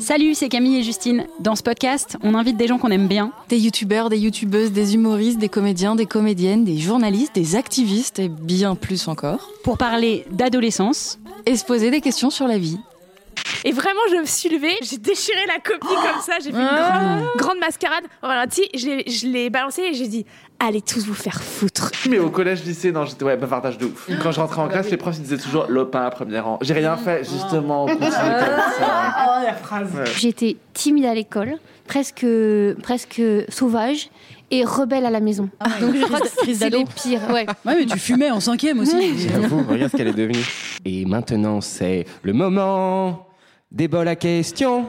Salut, c'est Camille et Justine. Dans ce podcast, on invite des gens qu'on aime bien Des youtubeurs, des youtubeuses, des humoristes, des comédiens, des comédiennes, des journalistes, des activistes et bien plus encore. pour parler d'adolescence. Et se poser des questions sur la vie. Et vraiment, je me suis levée, j'ai déchiré la copie comme ça, j'ai fait une grande, grande mascarade. Voilà, tu sais, je l'ai- je l'ai balancée et j'ai dit Allez tous vous faire foutre. Mais au collège, lycée, non, j'étais ouais, bavardage de ouf. Quand je rentrais en classe, les profs ils disaient toujours Lopin, premier rang. J'ai rien fait, justement, on continue comme ça. J'étais timide à l'école, presque, presque sauvage et rebelle à la maison. Donc je crois que c'est le pire. Ouais. Ouais, mais tu fumais en cinquième aussi. J'avoue, regarde ce qu'elle est devenue. Et maintenant, c'est le moment des bols à questions.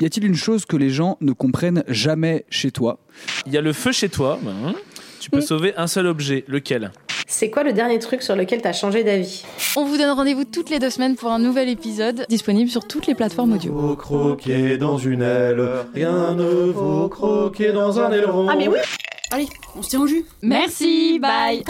Y a-t-il une chose que les gens ne comprennent jamais chez toi Il y a le feu chez toi. ben, hein. tu peux sauver un seul objet. Lequel C'est quoi le dernier truc sur lequel t'as changé d'avis On vous donne rendez-vous toutes les deux semaines pour un nouvel épisode disponible sur toutes les plateformes audio. Vaut croquer dans une aile, rien ne vaut croquer dans un aileron. Merci, bye. Bye.